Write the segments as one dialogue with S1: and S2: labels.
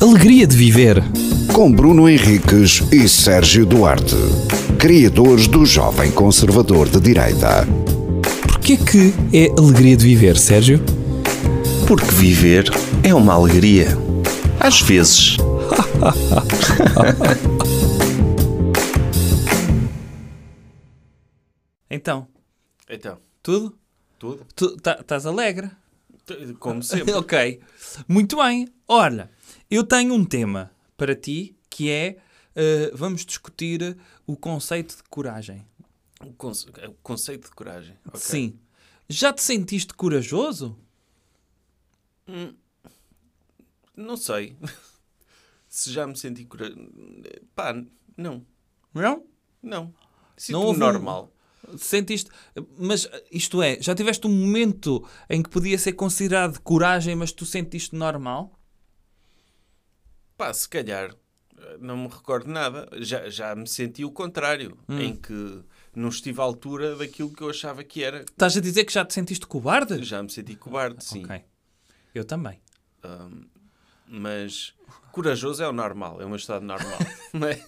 S1: alegria de viver.
S2: Com Bruno Henriques e Sérgio Duarte, criadores do Jovem Conservador de Direita.
S1: Porquê que é alegria de viver, Sérgio?
S3: Porque viver é uma alegria. Às vezes.
S4: Então,
S3: Então,
S4: tudo?
S3: tudo?
S4: Tu tá, estás alegre?
S3: Como
S4: ok. Muito bem. Olha, eu tenho um tema para ti que é eh, vamos discutir o conceito de coragem.
S3: O, conce- é o conceito de coragem. ok.
S4: Sim. Já te sentiste corajoso?
S3: Não sei. Se já me senti corajoso. Pá, não.
S4: Não?
S3: Não.
S4: Não
S3: Sinto-me
S4: houve um-
S3: normal.
S4: Sentiste. Mas isto é, já tiveste um momento em que podia ser considerado coragem, mas tu sentiste normal?
S3: Pá, se calhar. eh, Não me recordo nada. Já, já me senti o contrário.
S4: Hum.
S3: Em que não estive à altura daquilo que eu achava que era.
S4: Estás a dizer que já te sentiste cobarde?
S3: Já me senti cobarde, sim.
S4: Ok. Eu também.
S3: mas corajoso é o normal, é um estado normal. não é?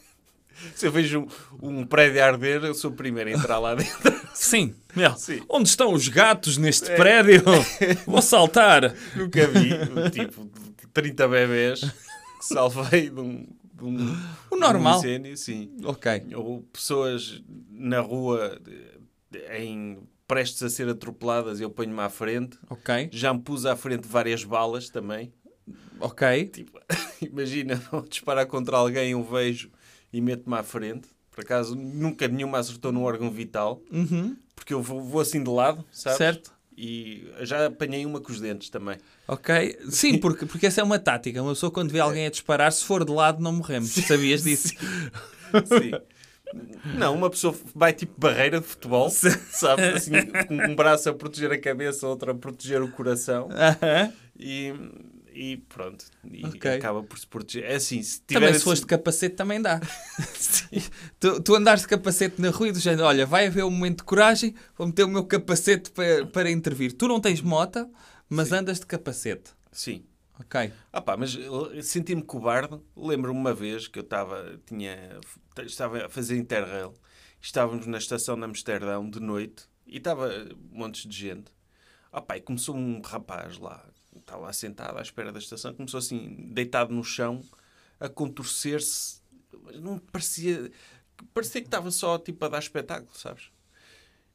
S3: Se eu vejo um, um prédio a arder, eu sou o primeiro a entrar lá dentro.
S4: Sim, Mel.
S3: Sim. É.
S4: Onde estão os gatos neste prédio? Vou saltar.
S3: Nunca vi, tipo, 30 bebés que salvei de um, de um,
S4: O normal.
S3: de um incêndio, sim.
S4: Ok.
S3: Ou pessoas na rua eh, em, prestes a ser atropeladas, eu ponho-me à frente.
S4: Ok.
S3: Já me pus à frente várias balas também.
S4: Ok.
S3: Tipo, imagina, vou disparar contra alguém, eu vejo e meto-me à frente. Por acaso, nunca nenhuma acertou num órgão vital. Porque eu vou, vou assim de lado, sabes?
S4: Uhum. Certo.
S3: E já apanhei uma com os dentes também.
S4: Ok. Sim, porque, porque essa é uma tática. Uma pessoa
S3: É.
S4: quando vê alguém a disparar, se for de lado, não morremos. Sabias disso?
S3: Sim. Não, uma pessoa vai tipo barreira de futebol, sabes? Assim, com um braço a proteger a cabeça, outro a proteger o coração.
S4: Aham.
S3: E, e pronto. E
S4: Ok.
S3: acaba por se proteger. É assim, se tiver...
S4: Também se
S3: assim-
S4: fores de capacete, também dá. tu, tu andares de capacete na rua e do género, olha, vai haver um momento de coragem, vou meter o meu capacete para, para intervir. Tu não tens mota, mas andas de capacete.
S3: assim, Sim.
S4: Ok.
S3: Ah pá, mas eh, senti-me cobarde. Lembro-me uma vez que eu estava, tinha, estava a fazer Interrail. Estávamos na estação de Amsterdão de noite e estava montes de gente. Ah pá, e começou um rapaz lá, estava lá sentado à espera da estação, começou assim, deitado no chão, a contorcer-se. Mas Não parecia... Parecia que estava só, tipo, a dar espetáculo, sabes?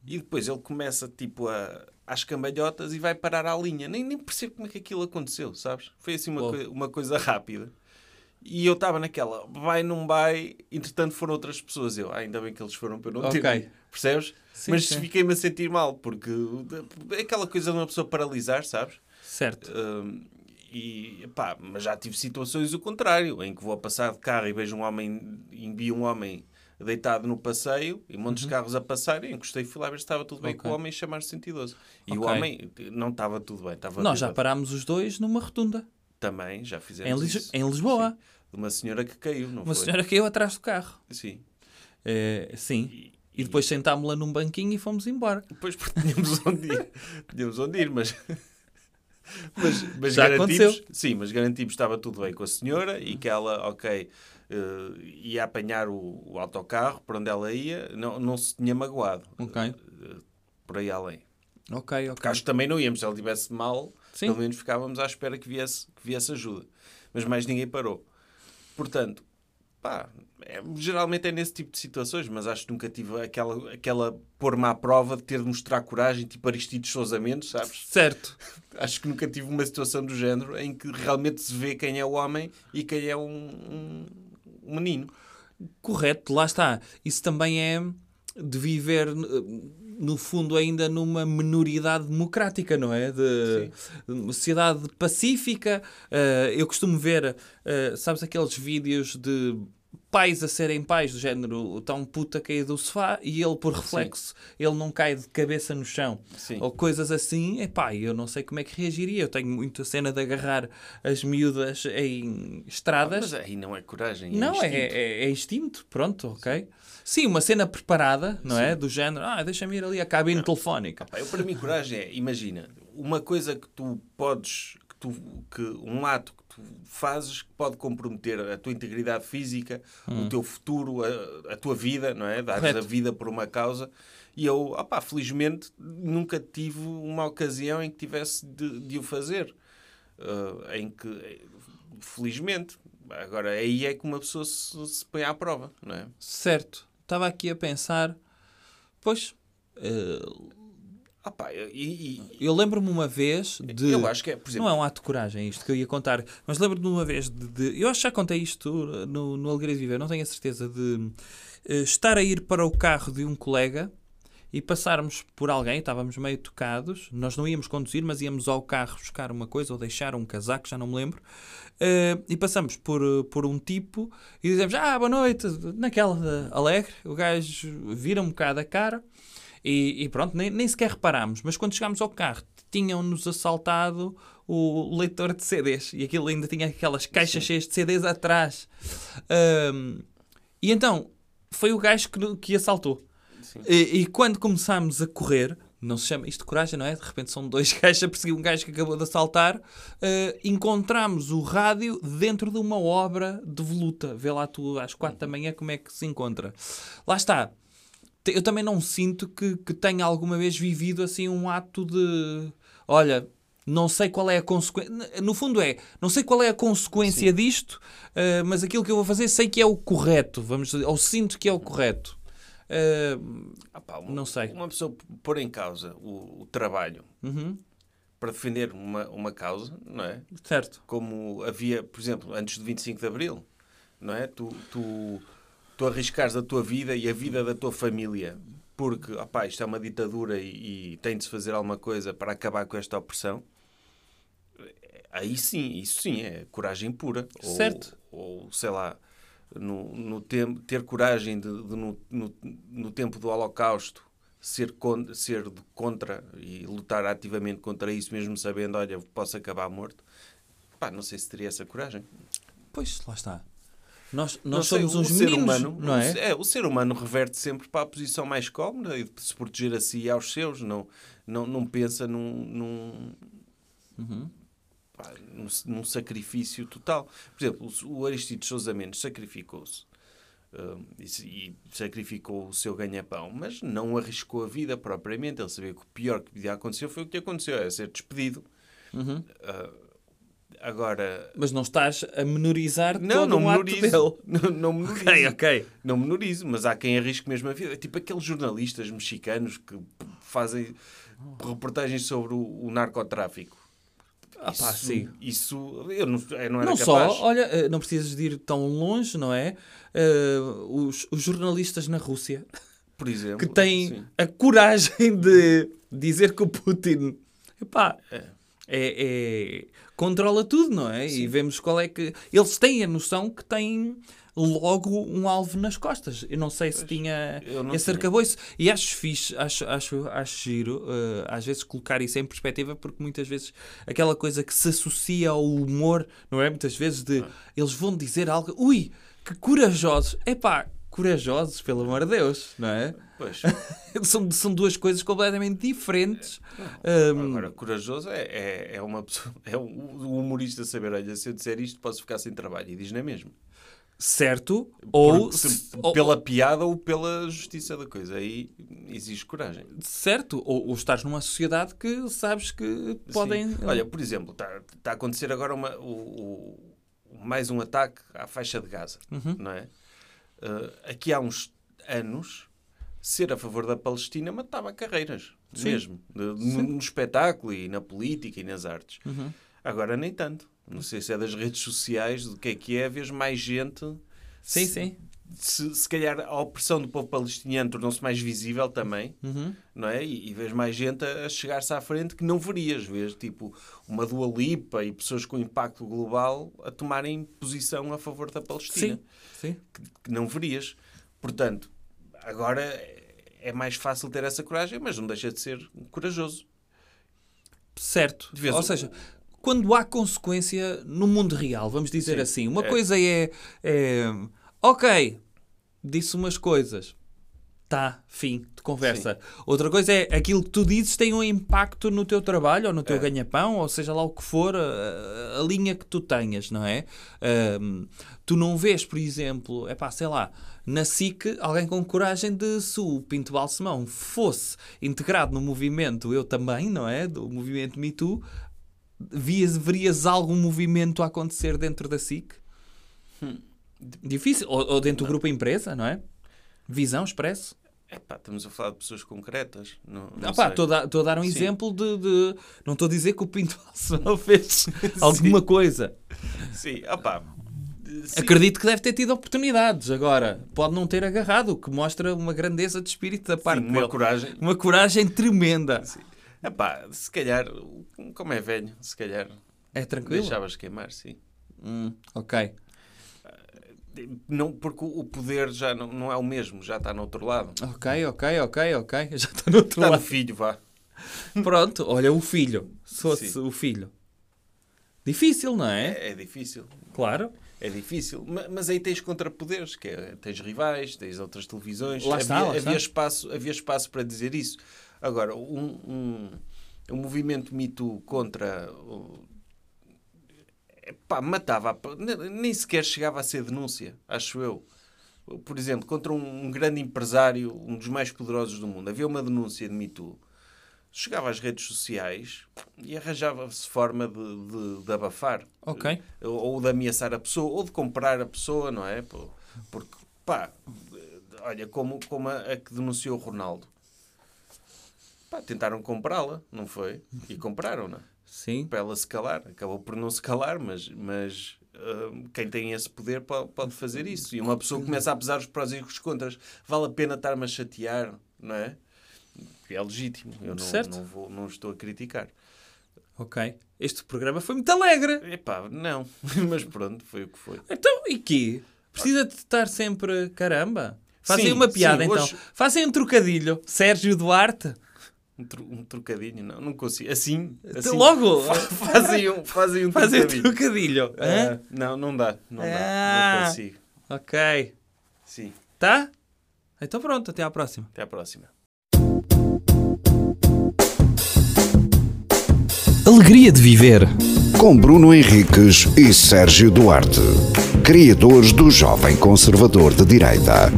S3: E depois ele começa, tipo, a, às cambalhotas e vai parar à linha. Nem, nem percebo como é que aquilo aconteceu, sabes? Foi assim uma,
S4: Uau.
S3: coi- uma coisa rápida. E eu estava naquela, vai, não vai. Entretanto foram outras pessoas. Eu, "Ah, ainda bem que eles foram para eu não
S4: Ok.
S3: ter. Percebes?
S4: Sim,
S3: Mas
S4: sim.
S3: fiquei-me a sentir mal, porque é aquela coisa de uma pessoa paralisar, sabes?
S4: Certo.
S3: Hum, e pá, mas já tive situações o contrário, em que vou a passar de carro e vejo um homem, e vi um homem deitado no passeio e montes de carros a passarem, encostei e fui lá ver se estava tudo bem
S4: Uhum. Ok.
S3: com o homem e chamar 112. E o
S4: Ok.
S3: homem não estava tudo bem, estava
S4: Nós já
S3: bêbado.
S4: parámos os dois numa rotunda.
S3: também já fizemos
S4: Em, Lis-
S3: isso.
S4: em Lisboa.
S3: De uma senhora que caiu, não
S4: Uma
S3: foi?
S4: senhora caiu atrás do carro.
S3: Sim.
S4: Eh, sim.
S3: E,
S4: E depois sentámos-la num banquinho e fomos embora.
S3: depois porque tínhamos onde ir, tínhamos onde ir, mas mas, mas
S4: Já
S3: garantimos,
S4: aconteceu.
S3: sim, mas garantimos que estava tudo bem com a senhora e que ela, ok, eh, ia apanhar o, o autocarro para onde ela ia, não, não se tinha magoado
S4: Ok.
S3: eh, eh, por aí além.
S4: Ok, ok.
S3: Caso também não íamos, se ela estivesse mal,
S4: Sim.
S3: pelo menos ficávamos à espera que viesse, que viesse ajuda. Mas mais ninguém parou. Portanto, pá, é- geralmente é nesse tipo de situações, mas acho que nunca tive aquela, aquela pôr-me à prova de ter de mostrar coragem, tipo Aristides Sousa Mendes, sabes?
S4: Certo.
S3: Acho que nunca tive uma situação do género em que realmente se vê quem é o homem e quem é um, um- um menino.
S4: Correto, lá está. Isso também é de viver, eh, no fundo, ainda numa minoridade democrática, não é? De, de uma sociedade pacífica. Eh, eu costumo ver, eh, sabes, aqueles vídeos de pais a serem pais, do género, está um puto a cair do sofá e ele, por reflexo, ele não cai de cabeça no chão.
S3: Sim.
S4: Ou coisas assim, epá, eu não sei como é que reagiria. Eu tenho muito a cena de agarrar as miúdas em estradas.
S3: Mas aí não é coragem.
S4: Não, é,
S3: instinto.
S4: é, é instinto, pronto, ok. Sim, uma cena preparada, não é? Do género, ah, deixa-me ir ali à cabine telefónica.
S3: Pá, eu, para mim, coragem é, imagina, uma coisa que tu podes, que tu, que um ato que tu fazes que pode comprometer a tua integridade física, o teu futuro, a, a tua vida, não é? Dares a
S4: Correto.
S3: vida por uma causa. E eu, opá, felizmente, nunca tive uma ocasião em que tivesse de, de o fazer. Ah, em que, eh, felizmente, agora aí é que uma pessoa se, se põe à prova, não é?
S4: Certo. Estava aqui a pensar. Pois, eh,
S3: Opá, e, e-
S4: eu lembro-me uma vez de.
S3: Eu acho que é, por exemplo-
S4: Não é um ato de coragem isto que eu ia contar, mas lembro-me uma vez de, de- Eu acho que já contei isto eh, no, no Alegria de Viver, não tenho a certeza. De eh, estar a ir para o carro de um colega e passarmos por alguém, estávamos meio tocados, nós não íamos conduzir, mas íamos ao carro buscar uma coisa ou deixar um casaco, já não me lembro, eh, e passamos por, eh, por um tipo e dizemos, ah, boa noite, naquela de alegre, o gajo vira um bocado a cara e, e pronto, nem, nem sequer reparámos, mas quando chegámos ao carro tinham-nos assaltado o leitor de CDs e aquilo ainda tinha aquelas caixas cheias de CDs atrás. Ahm, e então foi o gajo que, que assaltou. E, e quando começámos a correr, não se chama isto de coragem, não é? De repente são dois gajos a perseguir um gajo que acabou de assaltar. eh, encontramos o rádio dentro de uma obra de voluta. Vê lá tu às quatro da manhã como é que se encontra. Lá está. Te- Eu também não sinto que, que tenha alguma vez vivido assim um ato de. Olha, não sei qual é a consequência. No fundo é, não sei qual é a consequência disto, eh, mas aquilo que eu vou fazer sei que é o correto, vamos dizer, ou sinto que é o correto. Eh,
S3: opá, uma-
S4: não sei.
S3: Ah, um, Uma pessoa pôr em causa o, o trabalho
S4: Uhum.
S3: para defender uma, uma causa, não é?
S4: Certo.
S3: Como havia, por exemplo, antes do 25 de Abril, não é? Tu, tu, tu arriscares a tua vida e a vida da tua família porque, opá, isto é uma ditadura e, e tem de se fazer alguma coisa para acabar com esta opressão. Aí sim, isso sim é coragem pura. Ou-
S4: Certo.
S3: Ou, sei lá, no, no tem- ter coragem de, de no, no- no tempo do Holocausto, ser, con, ser de contra e lutar ativamente contra isso, mesmo sabendo, olha, posso acabar morto. Pá, não sei se teria essa coragem.
S4: Pois, lá está. Nós,
S3: Não
S4: nós
S3: sei,
S4: somos
S3: o
S4: uns
S3: ser
S4: meninos,
S3: humano,
S4: não
S3: o
S4: é?
S3: se- o ser humano reverte sempre para a posição mais cómoda e de se proteger a si e aos seus. Não, não, não pensa num, num,
S4: Uhum.
S3: pá, num, num sacrifício total. Por exemplo, o- o Aristides Sousa Mendes sacrificou-se. hum, e, se- e sacrificou o seu ganha-pão, mas não arriscou a vida propriamente. Ele sabia que o pior que podia acontecer foi o que lhe aconteceu, é ser despedido.
S4: Uhum.
S3: Ah, agora,
S4: Mas não estás a menorizar
S3: não,
S4: todo
S3: não
S4: um ato dele.
S3: menorizo. Não, não menorizo.
S4: Ok, ok.
S3: Não menorizo, mas há quem arrisque mesmo a vida. Tipo aqueles jornalistas mexicanos que p- fazem reportagens sobre o, o narcotráfico.
S4: Ah, pá, sim.
S3: isso eu não, eu não era
S4: Não
S3: capaz.
S4: só, olha, eh, não precisas de ir tão longe, não é? Eh, os, os jornalistas na Rússia
S3: por exemplo,
S4: que têm
S3: Sim.
S4: a coragem de dizer que o Putin epá, é. é- controla tudo, não é? E vemos qual é que. Eles têm a noção que têm logo um alvo nas costas. Eu não sei se tinha
S3: eu não
S4: esse
S3: tinha.
S4: arcabouço. E acho fixe, acho, acho, acho giro, eh, às vezes colocar isso em perspectiva, porque muitas vezes aquela coisa que se associa ao humor, não é? Muitas vezes de
S3: Ah.
S4: eles vão dizer algo, ui, que corajosos, epá, corajosos, pelo amor de Deus, não é?
S3: Pois,
S4: são, são duas coisas completamente diferentes. Ahm,
S3: agora, corajoso é, é, é uma pessoa, é o o humorista saber, olha, se eu disser isto posso ficar sem trabalho. E diz na mesma.
S4: certo? Ou,
S3: Porque se-
S4: se- ou-
S3: pela piada ou pela justiça da coisa. Aí exige coragem.
S4: certo? Ou, ou estás numa sociedade que sabes que podem. eh,
S3: Sim. Olha, por exemplo, está a acontecer agora uma- o- o- mais um ataque à faixa de Gaza,
S4: Uhum.
S3: não é? Eh, aqui há uns anos, ser a favor da Palestina matava carreiras, mesmo, de- no, no espetáculo e na política e nas artes.
S4: Uhum.
S3: Agora nem tanto. Não sei se é das redes sociais, do que é que é, vês mais gente.
S4: sim,
S3: se-
S4: sim.
S3: se, se calhar a opressão do povo palestiniano tornou-se mais visível também,
S4: Uhum.
S3: não é? E, e vês mais gente a, a chegar-se à frente que não verias, vês tipo uma Dua Lipa e pessoas com impacto global a tomarem posição a favor da Palestina,
S4: Sim. Sim.
S3: que, que não verias. Portanto, agora é mais fácil ter essa coragem, mas não deixa de ser corajoso.
S4: Certo.
S3: De vez
S4: Ou
S3: em-
S4: seja, quando há consequência no mundo real, vamos dizer assim, é, uma coisa é, é, Ok, disse umas coisas. Tá, fim de conversa. Outra coisa é aquilo que tu dizes tem um impacto no teu trabalho ou no teu ganha-pão, ou seja lá o que for, eh, a, a linha que tu tenhas, não é? Ahm, tu não vês, por exemplo, é pá, sei lá, na SIC alguém com coragem de se o Pinto Balsemão fosse integrado no movimento, eu também, não é? Do movimento Me Too, vias, verias algum movimento a acontecer dentro da SIC? Difícil. Ou, ou dentro do grupo empresa, não é? Visão, Expresso.
S3: Epá, estamos a falar de pessoas concretas. Não, não
S4: Ah pá,
S3: sei.
S4: Estou a dar- estou a dar um
S3: Sim.
S4: exemplo de, de- Não estou a dizer que o Pinto Balsemão fez alguma coisa.
S3: Sim, opá. Sim,
S4: Acredito que deve ter tido oportunidades. Agora, pode não ter agarrado, o que mostra uma grandeza de espírito da parte
S3: uma
S4: dele.
S3: coragem.
S4: Uma coragem tremenda.
S3: Epá, se calhar, como é velho, se calhar
S4: É tranquilo?
S3: deixavas queimar, sim.
S4: Hum, ok.
S3: Não, porque o o poder já não, não é o mesmo, já está no outro lado.
S4: Ok, ok, ok, ok. Já estou no outro
S3: Está no
S4: lado.
S3: filho, vá.
S4: Pronto, olha o filho. Se fosse
S3: Sim.
S4: o filho. Difícil, não é?
S3: É, é difícil,
S4: Claro.
S3: é difícil. Ma- Mas, aí tens contrapoderes, que é, tens rivais, tens outras televisões.
S4: Lá
S3: havia,
S4: está, lá está.
S3: havia espaço Havia espaço para dizer isso. Agora, um, um, um movimento mito contra... o- Epá, matava, a pa- ne- nem sequer chegava a ser denúncia, acho eu. Por exemplo, contra um, um grande empresário, um dos mais poderosos do mundo, havia uma denúncia de Me Too. Chegava às redes sociais e arranjava-se forma de, de- de abafar.
S4: Ok.
S3: Ou, ou de ameaçar a pessoa, ou de comprar a pessoa, não é? Pô, Porque, pá, olha, como, como a, a que denunciou o Ronaldo. Pá, tentaram comprá-la, não foi? E compraram-na
S4: Sim.
S3: para ela se calar. Acabou por não se calar, mas, mas hum, quem tem esse poder po- pode, fazer isso. E uma pessoa começa a pesar os prós e os contras. Vale a pena estar-me a chatear, não é? É legítimo. Eu não,
S4: Certo.
S3: não, vou, não estou a criticar.
S4: Ok. Este programa foi muito alegre.
S3: Epá, não. mas pronto, foi o que foi.
S4: Então, e quê? Precisa de estar sempre caramba? Fazem
S3: Sim,
S4: uma piada
S3: sim,
S4: então.
S3: hoje-
S4: Fazem um trocadilho. Sérgio Duarte.
S3: Um, tru- um trocadinho, não. Não consigo. Assim. assim
S4: logo?
S3: fa- fazem um, fazem um
S4: Fazem um
S3: trocadilho.
S4: trocadilho. Hã?
S3: Ah, não, não dá. Não dá.
S4: Ah.
S3: Não consigo.
S4: Ok.
S3: Sim.
S4: Tá? Então pronto, até à próxima.
S3: Até à próxima.
S1: Alegria de viver.
S2: Com Bruno Henriques e Sérgio Duarte, criadores do Jovem Conservador de Direita.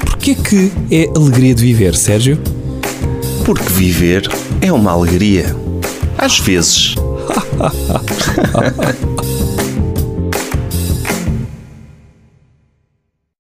S1: Porquê que é alegria de viver, Sérgio?
S3: Porque viver é uma alegria. Às vezes.